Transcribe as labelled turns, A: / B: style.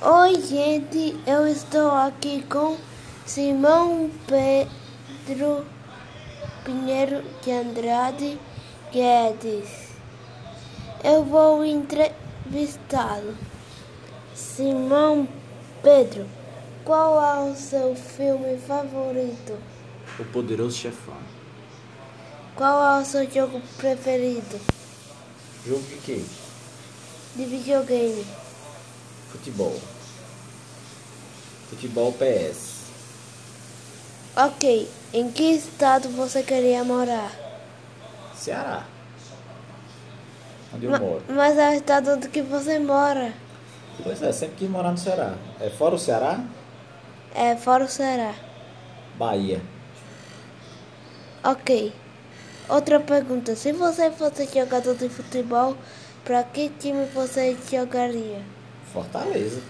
A: Oi, gente, eu estou aqui com Simão Pedro Pinheiro de Andrade Guedes. Eu vou entrevistá-lo. Simão Pedro, qual é o seu filme favorito?
B: O Poderoso Chefão.
A: Qual é o seu jogo preferido
B: Jogo de quê?
A: de videogame?
B: Futebol. Futebol PS.
A: Ok, em que estado você queria morar?
B: Ceará. Onde eu
A: Ma-
B: moro.
A: mas é o estado onde que você mora.
B: Pois é, sempre quis morar no Ceará. É fora o Ceará?
A: É, fora o Ceará.
B: Bahia.
A: Ok. Outra pergunta. Se você fosse jogador de futebol, pra que time você jogaria?
B: Fortaleza.